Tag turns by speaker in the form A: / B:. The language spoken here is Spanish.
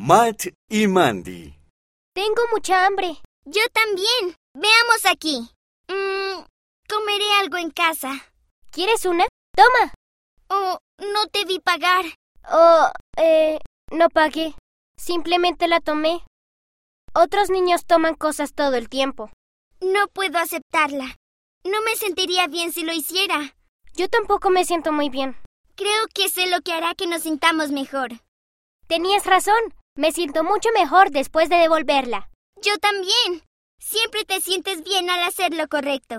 A: Matt y Mandy.
B: Tengo mucha hambre.
C: Yo también. Veamos aquí. Mm, comeré algo en casa.
B: ¿Quieres una? Toma.
C: Oh, no te vi pagar.
B: Oh, eh, no pagué. Simplemente la tomé. Otros niños toman cosas todo el tiempo.
C: No puedo aceptarla. No me sentiría bien si lo hiciera.
B: Yo tampoco me siento muy bien.
C: Creo que sé lo que hará que nos sintamos mejor.
B: Tenías razón. Me siento mucho mejor después de devolverla.
C: Yo también. Siempre te sientes bien al hacer lo correcto.